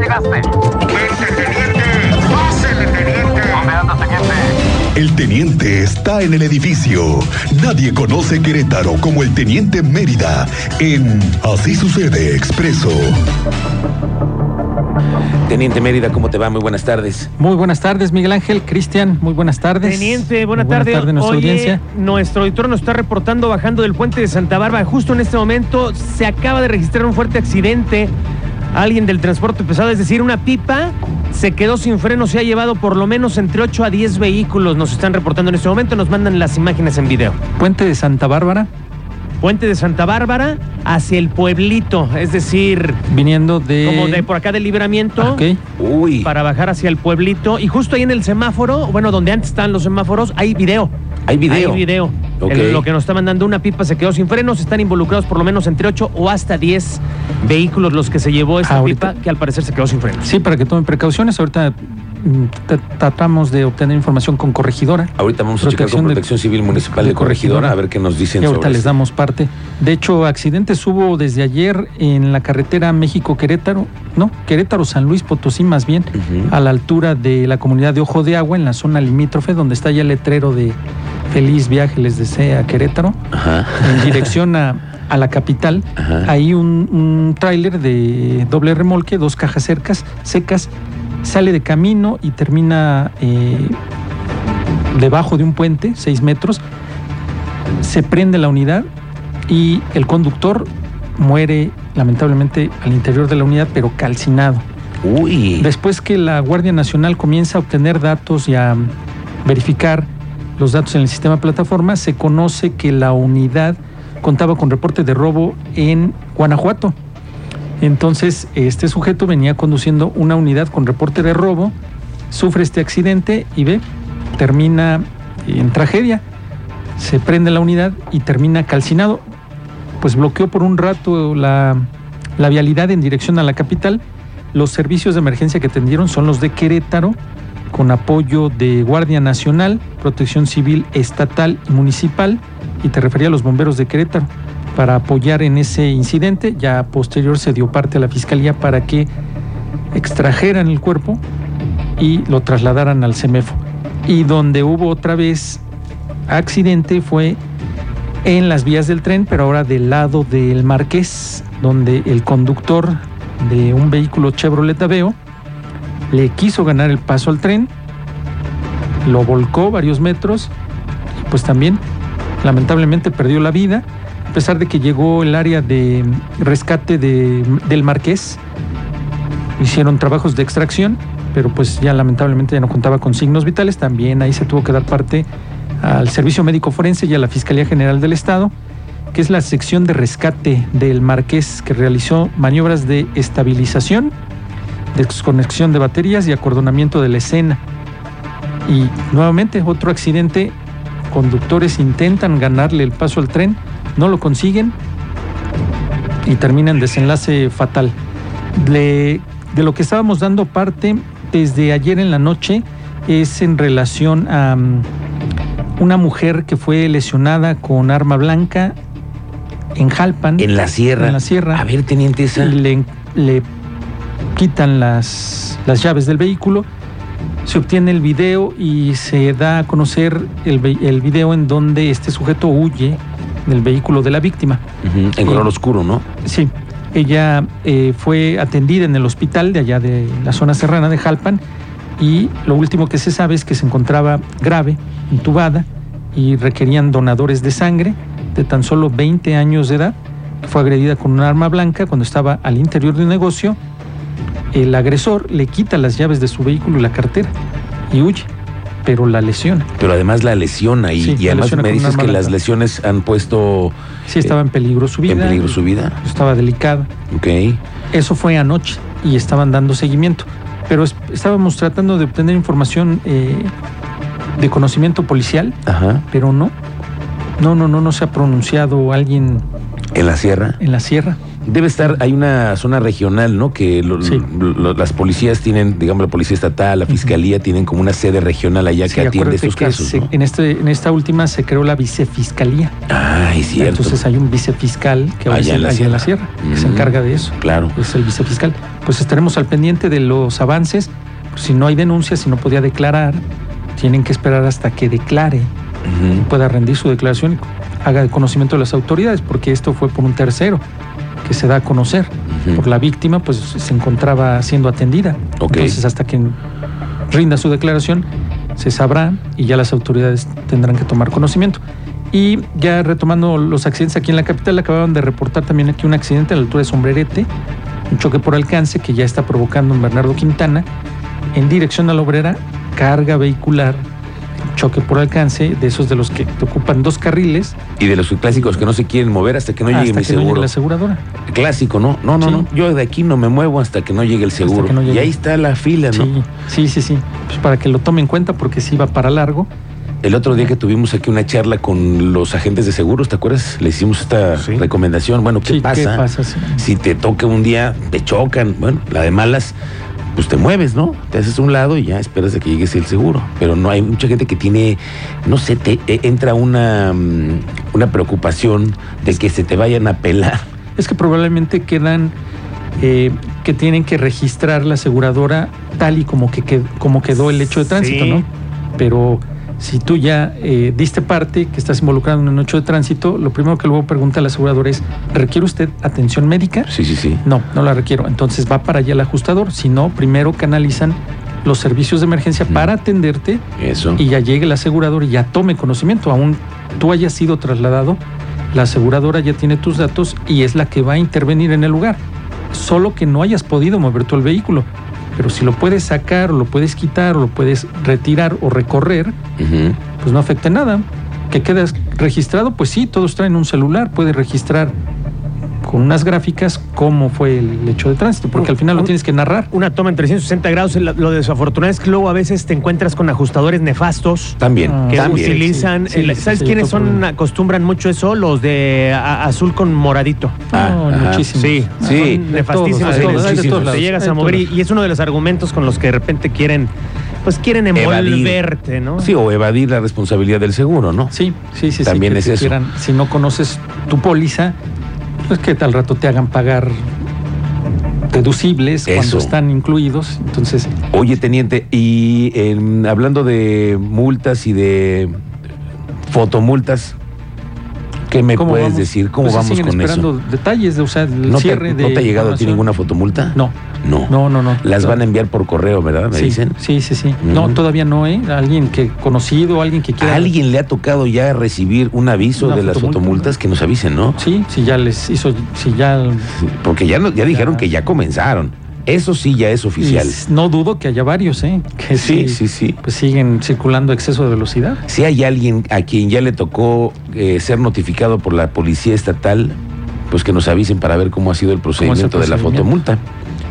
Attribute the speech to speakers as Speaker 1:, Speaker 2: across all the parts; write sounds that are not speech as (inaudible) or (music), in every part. Speaker 1: llegaste?
Speaker 2: ¡Vente, teniente! ¡Pásele, teniente!
Speaker 1: ¿Dónde anda, teniente?
Speaker 3: El teniente está en el edificio. Nadie conoce Querétaro como el teniente Mérida en Así sucede expreso.
Speaker 4: Teniente Mérida, ¿cómo te va? Muy buenas tardes.
Speaker 5: Muy buenas tardes, Miguel Ángel. Cristian, muy buenas tardes.
Speaker 6: Teniente, buena
Speaker 5: Muy buenas
Speaker 6: tarde.
Speaker 5: tardes a nuestra
Speaker 6: Oye,
Speaker 5: audiencia.
Speaker 6: Nuestro auditor nos está reportando bajando del puente de Santa Bárbara. Justo en este momento se acaba de registrar un fuerte accidente. Alguien del transporte pesado, es decir, una pipa, se quedó sin freno. Se ha llevado por lo menos entre 8 a 10 vehículos. Nos están reportando en este momento. Nos mandan las imágenes en video.
Speaker 5: Puente de Santa Bárbara,
Speaker 6: Puente de Santa Bárbara hacia el pueblito. Es decir,
Speaker 5: viniendo de.
Speaker 6: como de por acá del libramiento.
Speaker 5: Ok.
Speaker 4: Uy,
Speaker 6: Para bajar hacia el pueblito. Y justo ahí en el semáforo, bueno, donde antes estaban los semáforos, hay video.
Speaker 4: hay video.
Speaker 6: Hay video.
Speaker 4: Ok.
Speaker 6: El- lo que nos está mandando una pipa se quedó sin frenos. Están involucrados por lo menos entre 8 o hasta 10 vehículos los que se llevó esta
Speaker 5: Ahorita-
Speaker 6: pipa que al parecer se quedó sin frenos.
Speaker 5: Sí, para que tomen precauciones. Ahorita mm, tra- tratamos de obtener información con corregidora.
Speaker 4: Ahorita vamos a checar
Speaker 5: Protección
Speaker 4: con
Speaker 5: de-
Speaker 4: Protección Civil Municipal de,
Speaker 5: de
Speaker 4: Corregidora
Speaker 5: Corregidora.
Speaker 4: a ver qué nos dicen
Speaker 5: Y ahorita
Speaker 4: sobre
Speaker 5: les
Speaker 4: esto.
Speaker 5: damos parte. De hecho, accidentes hubo desde ayer en la carretera México-Querétaro, no, Querétaro-San Luis Potosí más bien,
Speaker 4: Ujú.
Speaker 5: a la altura de la comunidad de Ojo de Agua, en la zona limítrofe, donde está ya el letrero de Feliz viaje les desea Querétaro,
Speaker 4: Ajá.
Speaker 5: en dirección a, a la capital.
Speaker 4: Ajá.
Speaker 5: Ahí un, un tráiler de doble remolque, dos cajas cercas, secas, sale de camino y termina eh, debajo de un puente, seis metros. Se prende la unidad y el conductor muere lamentablemente al interior de la unidad, pero calcinado.
Speaker 4: Uy.
Speaker 5: Después que la Guardia Nacional comienza a obtener datos y a mm, verificar los datos en el sistema plataforma, se conoce que la unidad contaba con reporte de robo en Guanajuato. Entonces, este sujeto venía conduciendo una unidad con reporte de robo, sufre este accidente y ve, termina en tragedia. Se prende la unidad y termina calcinado. Pues bloqueó por un rato la, la vialidad en dirección a la capital. Los servicios de emergencia que atendieron son los de Querétaro, con apoyo de Guardia Nacional, Protección Civil Estatal y Municipal, y te refería a los bomberos de Querétaro, para apoyar en ese incidente. Ya posterior se dio parte a la Fiscalía para que extrajeran el cuerpo y lo trasladaran al CEMEFO. Y donde hubo otra vez accidente fue en las vías del tren, pero ahora del lado del Marqués, donde el conductor de un vehículo Chevrolet Aveo le quiso ganar el paso al tren, lo volcó varios metros y pues también lamentablemente perdió la vida, a pesar de que llegó el área de rescate de- del Marqués, hicieron trabajos de extracción, pero pues ya lamentablemente ya no contaba con signos vitales, también ahí se tuvo que dar parte al Servicio Médico Forense y a la Fiscalía General del Estado, que es la sección de rescate del Marqués que realizó maniobras de estabilización, desconexión de baterías y acordonamiento de la escena. Y nuevamente otro accidente, conductores intentan ganarle el paso al tren, no lo consiguen y terminan desenlace fatal. Le- de lo que estábamos dando parte desde ayer en la noche es en relación a... mm, una mujer que fue lesionada con arma blanca en Jalpan.
Speaker 4: En la sierra.
Speaker 5: En la sierra.
Speaker 4: A ver, teniente esa.
Speaker 5: Y le, le quitan las, las llaves del vehículo. Se obtiene el video y se da a conocer el, ve- el video en donde este sujeto huye del vehículo de la víctima.
Speaker 4: Ujú, En color oscuro, ¿no?
Speaker 5: Sí, ella eh, fue atendida en el hospital de allá de la zona serrana de Jalpan y lo último que se sabe es que se encontraba grave, intubada y requerían donadores de sangre de tan solo 20 años de edad. Fue agredida con un arma blanca cuando estaba al interior de un negocio. El agresor le quita las llaves de su vehículo y la cartera y huye, pero la lesiona.
Speaker 4: Pero además la lesiona y,
Speaker 5: Sí,
Speaker 4: y
Speaker 5: la
Speaker 4: además
Speaker 5: lesiona
Speaker 4: me
Speaker 5: con un
Speaker 4: dices
Speaker 5: arma
Speaker 4: que las
Speaker 5: blanca.
Speaker 4: lesiones han puesto
Speaker 5: Sí estaba en peligro su vida.
Speaker 4: en peligro su vida.
Speaker 5: Estaba delicada.
Speaker 4: Ok.
Speaker 5: Eso fue anoche y estaban dando seguimiento. Pero es- estábamos tratando de obtener información eh, de conocimiento policial,
Speaker 4: Ajá.
Speaker 5: pero no. No, no, no, no se ha pronunciado alguien
Speaker 4: En la sierra.
Speaker 5: en la sierra.
Speaker 4: Debe estar, hay una zona regional, ¿no? Que lo-
Speaker 5: Sí.
Speaker 4: lo- las policías tienen, digamos, la policía estatal, la fiscalía tienen como una sede regional allá
Speaker 5: Sí,
Speaker 4: que atiende
Speaker 5: acuérdate
Speaker 4: estos
Speaker 5: que
Speaker 4: casos.
Speaker 5: se-
Speaker 4: ¿no?
Speaker 5: en, este, en esta última se creó la vicefiscalía.
Speaker 4: Ay, Ah, cierto.
Speaker 5: Entonces hay un vicefiscal que ahora
Speaker 4: Allá
Speaker 5: se-
Speaker 4: en la
Speaker 5: allá en la
Speaker 4: sierra.
Speaker 5: sierra, que se
Speaker 4: Mm.
Speaker 5: encarga de eso.
Speaker 4: Claro.
Speaker 5: Es el vicefiscal. Pues estaremos al pendiente de los avances. Si no hay denuncias, si no podía declarar, tienen que esperar hasta que declare,
Speaker 4: Ujú.
Speaker 5: pueda rendir su declaración y haga de conocimiento de las autoridades, porque esto fue por un tercero que se da a conocer.
Speaker 4: Ujú.
Speaker 5: Por la víctima, pues se encontraba siendo atendida.
Speaker 4: Ok.
Speaker 5: Entonces, hasta que rinda su declaración, se sabrá y ya las autoridades tendrán que tomar conocimiento. Y ya retomando los accidentes aquí en la capital, acababan de reportar también aquí un accidente a la altura de Sombrerete, un choque por alcance que ya está provocando en Bernardo Quintana, en dirección a la obrera, carga vehicular, choque por alcance, de esos de los que te ocupan dos carriles
Speaker 4: Y de los clásicos que no se quieren mover hasta que no llegue
Speaker 5: hasta
Speaker 4: mi
Speaker 5: que no llegue
Speaker 4: seguro.
Speaker 5: la aseguradora.
Speaker 4: Clásico, ¿no? No, no,
Speaker 5: Sí.
Speaker 4: no. Yo de aquí no me muevo hasta que no llegue el seguro.
Speaker 5: que no llegue.
Speaker 4: Y ahí está la fila, ¿no?
Speaker 5: Sí, sí, sí, sí. Pues para que lo tome en cuenta porque sí va para largo.
Speaker 4: El otro día que tuvimos aquí una charla con los agentes de seguros, ¿te acuerdas? Le hicimos esta
Speaker 6: Sí.
Speaker 4: recomendación. Bueno, ¿qué
Speaker 5: Sí,
Speaker 4: pasa?
Speaker 5: ¿Qué pasa? Sí.
Speaker 4: Si te toca un día, te chocan, bueno, la de malas, pues te mueves, ¿no? Te haces a un lado y ya esperas a que llegues el seguro. Pero no hay mucha gente que tiene, no sé, te eh, entra una, mm, una preocupación de que se te vayan a pelar.
Speaker 5: Es que probablemente quedan eh, que tienen que registrar la aseguradora tal y como, que, que- como quedó el hecho de tránsito,
Speaker 6: Sí.
Speaker 5: ¿no? Pero si tú ya eh, diste parte que estás involucrado en un hecho de tránsito, lo primero que luego pregunta la aseguradora es, ¿requiere usted atención médica?
Speaker 4: Sí, sí, sí.
Speaker 5: No, no la requiero. Entonces va para allá el ajustador. Si no, primero canalizan los servicios de emergencia
Speaker 4: Mm.
Speaker 5: para atenderte
Speaker 4: Eso.
Speaker 5: y ya llegue el asegurador y ya tome conocimiento. Aún tú hayas sido trasladado, la aseguradora ya tiene tus datos y es la que va a intervenir en el lugar. Solo que no hayas podido mover tú el vehículo. Pero si lo puedes sacar, o lo puedes quitar, o lo puedes retirar o recorrer,
Speaker 4: Ujú.
Speaker 5: pues no afecta en nada. Que quedas registrado, pues sí, todos traen un celular, puedes registrar con unas gráficas cómo fue el hecho de tránsito, porque al final lo tienes que narrar.
Speaker 6: Una toma en 360 grados. la- Lo desafortunado es que luego a veces te encuentras con ajustadores nefastos.
Speaker 4: También,
Speaker 5: Ah,
Speaker 6: que
Speaker 4: también.
Speaker 5: fusil.
Speaker 6: utilizan.
Speaker 5: Sí, sí,
Speaker 6: el-
Speaker 5: sí,
Speaker 6: ¿Sabes
Speaker 5: sí,
Speaker 6: quiénes
Speaker 5: otro
Speaker 6: son?
Speaker 5: problema.
Speaker 6: Acostumbran mucho eso, los de a- azul con moradito.
Speaker 4: Ah,
Speaker 5: No,
Speaker 4: ajá.
Speaker 5: muchísimos.
Speaker 6: Sí,
Speaker 4: sí.
Speaker 6: Son
Speaker 5: De
Speaker 6: nefastísimos.
Speaker 5: todos,
Speaker 4: de
Speaker 6: Sí,
Speaker 4: todos,
Speaker 6: sí,
Speaker 4: de
Speaker 6: sí,
Speaker 4: todos
Speaker 6: Te
Speaker 4: lados,
Speaker 6: llegas
Speaker 5: de
Speaker 6: a mover y,
Speaker 5: todos.
Speaker 6: y es uno de los argumentos con los que de repente quieren, pues quieren envolverte, ¿no?
Speaker 4: Sí, o evadir la responsabilidad del seguro, ¿no?
Speaker 5: Sí, sí, sí. sí,
Speaker 4: También
Speaker 5: que
Speaker 4: es
Speaker 5: te
Speaker 4: eso.
Speaker 5: si no conoces tu póliza, pues que tal rato te hagan pagar deducibles
Speaker 4: Eso.
Speaker 5: cuando están incluidos. Entonces,
Speaker 4: Oye, teniente, y em, hablando de multas y de fotomultas, ¿qué me
Speaker 5: ¿cómo
Speaker 4: puedes
Speaker 5: vamos?
Speaker 4: decir? ¿Cómo
Speaker 5: Pues se
Speaker 4: vamos
Speaker 5: siguen
Speaker 4: con
Speaker 5: esperando
Speaker 4: eso?
Speaker 5: detalles de, o sea, el
Speaker 4: ¿No te,
Speaker 5: cierre de
Speaker 4: no te ha llegado a ti
Speaker 5: información.
Speaker 4: ninguna fotomulta?
Speaker 5: No,
Speaker 4: No.
Speaker 5: no, no, no.
Speaker 4: Las
Speaker 5: No.
Speaker 4: van a enviar por correo, ¿verdad? Me
Speaker 5: sí,
Speaker 4: dicen.
Speaker 5: Sí, sí, sí.
Speaker 4: Mm.
Speaker 5: No, todavía no, ¿eh? Alguien que conocido, alguien que quiera.
Speaker 4: ¿A alguien le ha tocado ya recibir un aviso
Speaker 5: Una
Speaker 4: de las
Speaker 5: fotomulta,
Speaker 4: fotomultas? Que nos avisen, ¿no?
Speaker 5: Sí, si ya les hizo, si ya.
Speaker 4: Porque ya, no- ya dijeron
Speaker 5: Ya.
Speaker 4: que ya comenzaron. Eso sí ya es oficial.
Speaker 5: y no dudo que haya varios, ¿eh? Que
Speaker 4: Sí, sí, sí.
Speaker 5: Pues siguen circulando a exceso de velocidad.
Speaker 4: Si hay alguien a quien ya le tocó eh, ser notificado por la policía estatal, pues que nos avisen para ver cómo ha sido el procedimiento, de la
Speaker 5: procedimiento?
Speaker 4: fotomulta.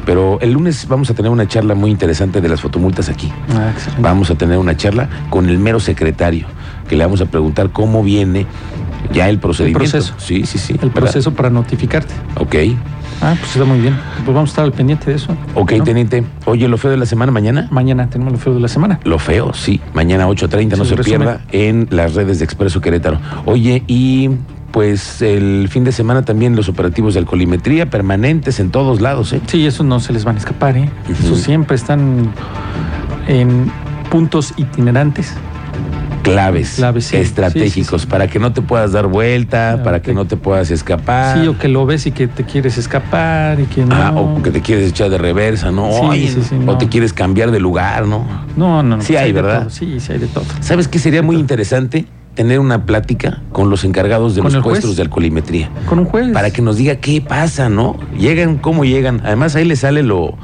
Speaker 4: Pero el lunes vamos a tener una charla muy interesante de las fotomultas aquí.
Speaker 5: Ah, excelente.
Speaker 4: Vamos a tener una charla con el mero secretario, que le vamos a preguntar cómo viene ya el procedimiento.
Speaker 5: proceso.
Speaker 4: Sí, sí, sí.
Speaker 5: El
Speaker 4: ¿verdad?
Speaker 5: proceso para notificarte.
Speaker 4: Ok.
Speaker 5: Ah, pues está muy bien. Pues vamos a estar al pendiente de eso.
Speaker 4: Ok,
Speaker 5: ¿no?
Speaker 4: teniente. Oye, lo feo de la semana mañana.
Speaker 5: Mañana tenemos lo feo de la semana.
Speaker 4: Lo feo, sí. Mañana 8.30, no
Speaker 5: Sí,
Speaker 4: se
Speaker 5: resumen.
Speaker 4: pierda, en las redes de Expreso Querétaro. Oye, y pues el fin de semana también los operativos de alcoholimetría permanentes en todos lados, ¿eh?
Speaker 5: Sí, eso no se les van a escapar, ¿eh?
Speaker 4: Ujú.
Speaker 5: Eso siempre están en puntos itinerantes.
Speaker 4: Claves,
Speaker 5: Claves, sí.
Speaker 4: estratégicos,
Speaker 5: Sí, sí, sí.
Speaker 4: para que no te puedas dar vuelta,
Speaker 5: Claro,
Speaker 4: para que
Speaker 5: te-
Speaker 4: no te puedas escapar.
Speaker 5: Sí, o que lo ves y que te quieres escapar y que no.
Speaker 4: Ah, o que te quieres echar de reversa, ¿no?
Speaker 5: Sí,
Speaker 4: Ay,
Speaker 5: sí, sí,
Speaker 4: o
Speaker 5: no.
Speaker 4: te quieres cambiar de lugar, ¿no?
Speaker 5: No, no, no.
Speaker 4: Sí hay,
Speaker 5: de
Speaker 4: ¿verdad?
Speaker 5: todo. Sí, sí hay de todo.
Speaker 4: ¿Sabes qué sería muy interesante? Tener una plática con los encargados de
Speaker 5: ¿Con
Speaker 4: los
Speaker 5: el juez?
Speaker 4: puestos de alcoholimetría.
Speaker 5: Con un juez.
Speaker 4: para que nos diga qué pasa, ¿no? Llegan, cómo llegan. Además, ahí le sale lo,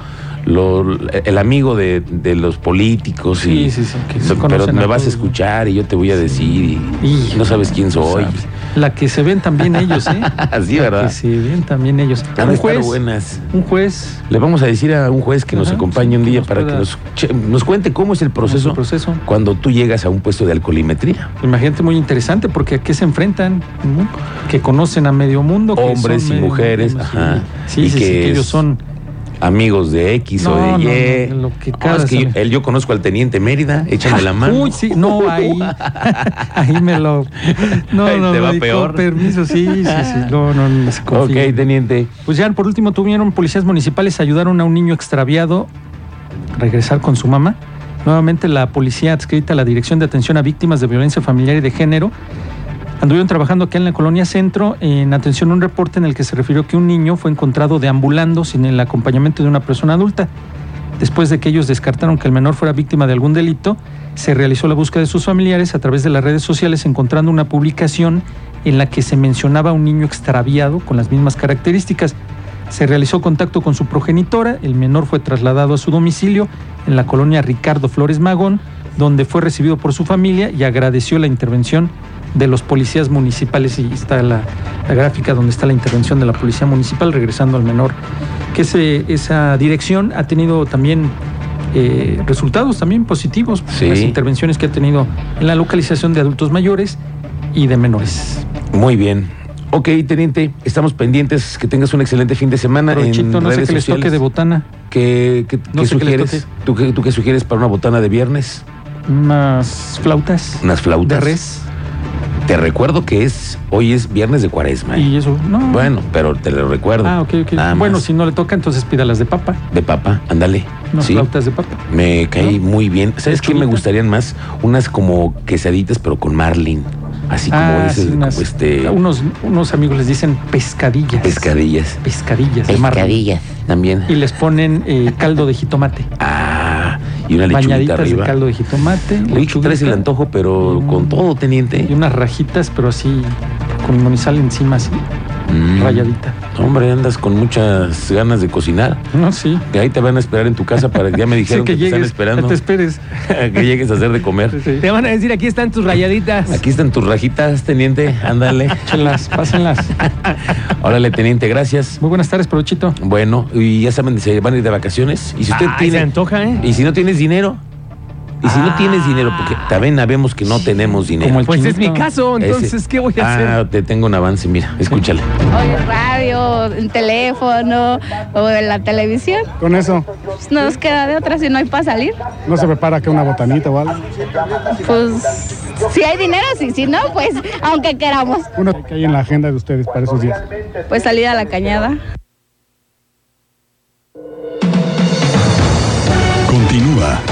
Speaker 4: lo el amigo de, de los políticos.
Speaker 5: Sí,
Speaker 4: y,
Speaker 5: sí, sí, que
Speaker 4: so-
Speaker 5: conocen
Speaker 4: pero
Speaker 5: a
Speaker 4: me vas a
Speaker 5: todos, ¿no?
Speaker 4: escuchar y yo te voy a decir y
Speaker 5: Hijo,
Speaker 4: no sabes quién
Speaker 5: no
Speaker 4: soy.
Speaker 5: sabes. La que se ven también ellos, ¿eh?
Speaker 4: (laughs) Así, ¿verdad?
Speaker 5: Que se ven también ellos.
Speaker 4: Han de
Speaker 5: un
Speaker 4: estar
Speaker 5: juez,
Speaker 4: buenas.
Speaker 5: un juez.
Speaker 4: Le vamos a decir a un juez que nos
Speaker 5: Ajá,
Speaker 4: acompañe
Speaker 5: sí,
Speaker 4: un
Speaker 5: que
Speaker 4: día
Speaker 5: nos
Speaker 4: para que
Speaker 5: pueda-
Speaker 4: nos, che- nos cuente cómo es el proceso,
Speaker 5: el proceso.
Speaker 4: cuando tú llegas a un puesto de alcoholimetría.
Speaker 5: Imagínate muy interesante porque a qué se enfrentan, ¿no? que conocen a medio mundo, que
Speaker 4: Hombres
Speaker 5: son
Speaker 4: y
Speaker 5: medio-
Speaker 4: mujeres,
Speaker 5: sí,
Speaker 4: ajá.
Speaker 5: Sí,
Speaker 4: Y
Speaker 5: sí, sí,
Speaker 4: que
Speaker 5: que
Speaker 4: es-
Speaker 5: ellos son
Speaker 4: Amigos de X
Speaker 5: No,
Speaker 4: o
Speaker 5: no,
Speaker 4: de Y.
Speaker 5: no, lo que
Speaker 4: No,
Speaker 5: cada
Speaker 4: es que yo,
Speaker 5: sale.
Speaker 4: él- yo conozco al teniente Mérida, échame
Speaker 5: (laughs)
Speaker 4: la mano.
Speaker 5: Uy, sí,
Speaker 4: (laughs)
Speaker 5: no, ahí, ahí me lo. No,
Speaker 4: Ahí
Speaker 5: no,
Speaker 4: te
Speaker 5: me
Speaker 4: va
Speaker 5: dijo,
Speaker 4: peor.
Speaker 5: permiso, sí, sí, sí, no, no, no se
Speaker 4: ok,
Speaker 5: confíen.
Speaker 4: teniente.
Speaker 5: Pues ya por último tuvieron policías municipales, ayudaron a un niño extraviado a regresar con su mamá. Nuevamente la policía adscrita a la Dirección de Atención a Víctimas de Violencia Familiar y de Género anduvieron trabajando acá en la colonia Centro en atención a un reporte en el que se refirió que un niño fue encontrado deambulando sin el acompañamiento de una persona adulta. Después de que ellos descartaron que el menor fuera víctima de algún delito, se realizó la búsqueda de sus familiares a través de las redes sociales encontrando una publicación en la que se mencionaba a un niño extraviado con las mismas características. Se realizó contacto con su progenitora, el menor fue trasladado a su domicilio en la colonia Ricardo Flores Magón, donde fue recibido por su familia y agradeció la intervención de los policías municipales y está la, la gráfica donde está la intervención de la policía municipal regresando al menor. Que ese- esa dirección ha tenido también eh, resultados también positivos por
Speaker 4: Sí.
Speaker 5: las intervenciones que ha tenido en la localización de adultos mayores y de menores.
Speaker 4: Muy bien. Ok, teniente, estamos pendientes. Que tengas un excelente fin de semana.
Speaker 5: Provechito,
Speaker 4: en
Speaker 5: no sé
Speaker 4: redes
Speaker 5: qué les toque
Speaker 4: sociales.
Speaker 5: de botana,
Speaker 4: ¿Qué, qué-
Speaker 5: No
Speaker 4: qué
Speaker 5: sé qué les
Speaker 4: sugieres?
Speaker 5: toque.
Speaker 4: ¿Tú, qué, tú qué sugieres para una botana de viernes?
Speaker 5: unas flautas,
Speaker 4: Unas flautas.
Speaker 5: de res
Speaker 4: Te recuerdo que es hoy es viernes de cuaresma. ¿eh?
Speaker 5: y eso. No.
Speaker 4: Bueno, pero te lo recuerdo.
Speaker 5: Ah, ok, ok.
Speaker 4: Nada
Speaker 5: Bueno,
Speaker 4: más.
Speaker 5: si no le toca, entonces pídalas de papa,
Speaker 4: De papa, ándale.
Speaker 5: unas
Speaker 4: Sí,
Speaker 5: flautas de papa.
Speaker 4: me caí
Speaker 5: ¿No?
Speaker 4: muy bien. ¿Sabes qué me
Speaker 5: Lechuguita.
Speaker 4: gustarían más? Unas como quesaditas, pero con marlin. Así como
Speaker 5: Ah,
Speaker 4: ese-
Speaker 5: sí, unas-
Speaker 4: como este,
Speaker 5: unos, unos amigos les dicen pescadillas.
Speaker 4: pescadillas.
Speaker 5: Pescadillas. de mar.
Speaker 4: También.
Speaker 5: Y les ponen eh, caldo de jitomate.
Speaker 4: Ah, y una lechuguita
Speaker 5: Bañaditas
Speaker 4: arriba.
Speaker 5: de caldo de jitomate.
Speaker 4: Uy, tú traes el
Speaker 5: lechuguita
Speaker 4: antojo, pero
Speaker 5: Y un-
Speaker 4: con todo, teniente.
Speaker 5: Y unas rajitas, pero así, con limonizal encima, así,
Speaker 4: Mm.
Speaker 5: rayadita.
Speaker 4: Hombre, andas con muchas ganas de cocinar.
Speaker 5: No, sí.
Speaker 4: Que ahí te van a esperar en tu casa para ya me dijeron
Speaker 5: (laughs) Sí,
Speaker 4: que, te están esperando (laughs)
Speaker 5: (laughs) Te esperes.
Speaker 4: que llegues a hacer de comer.
Speaker 5: Sí.
Speaker 6: Te van a decir, aquí están tus rayaditas.
Speaker 4: Aquí están tus rajitas, teniente. Ándale.
Speaker 5: Échenlas, pásenlas.
Speaker 4: Órale, teniente, gracias.
Speaker 5: Muy buenas tardes, Provechito.
Speaker 4: Bueno, y ya saben, se van a ir de vacaciones. Y si usted
Speaker 6: Ay, se
Speaker 4: tiene.
Speaker 6: antoja, Ah. ¿eh?
Speaker 4: Y si no tienes dinero. Y si no tienes dinero, porque también sabemos que no tenemos dinero.
Speaker 5: como el
Speaker 6: Pues es
Speaker 5: chinito.
Speaker 6: mi caso, entonces,
Speaker 4: Ese-
Speaker 6: ¿qué voy a hacer?
Speaker 4: Ah, te tengo un avance, mira, escúchale.
Speaker 1: o en radio, o en teléfono o en la televisión.
Speaker 7: Con eso,
Speaker 1: Pues no nos queda de otra si no hay para salir.
Speaker 7: no se prepara que una botanita o algo.
Speaker 1: Pues si hay dinero, sí, si no, pues aunque queramos,
Speaker 7: Una que hay en la agenda de ustedes para esos días.
Speaker 1: pues salir a la cañada.
Speaker 3: Continúa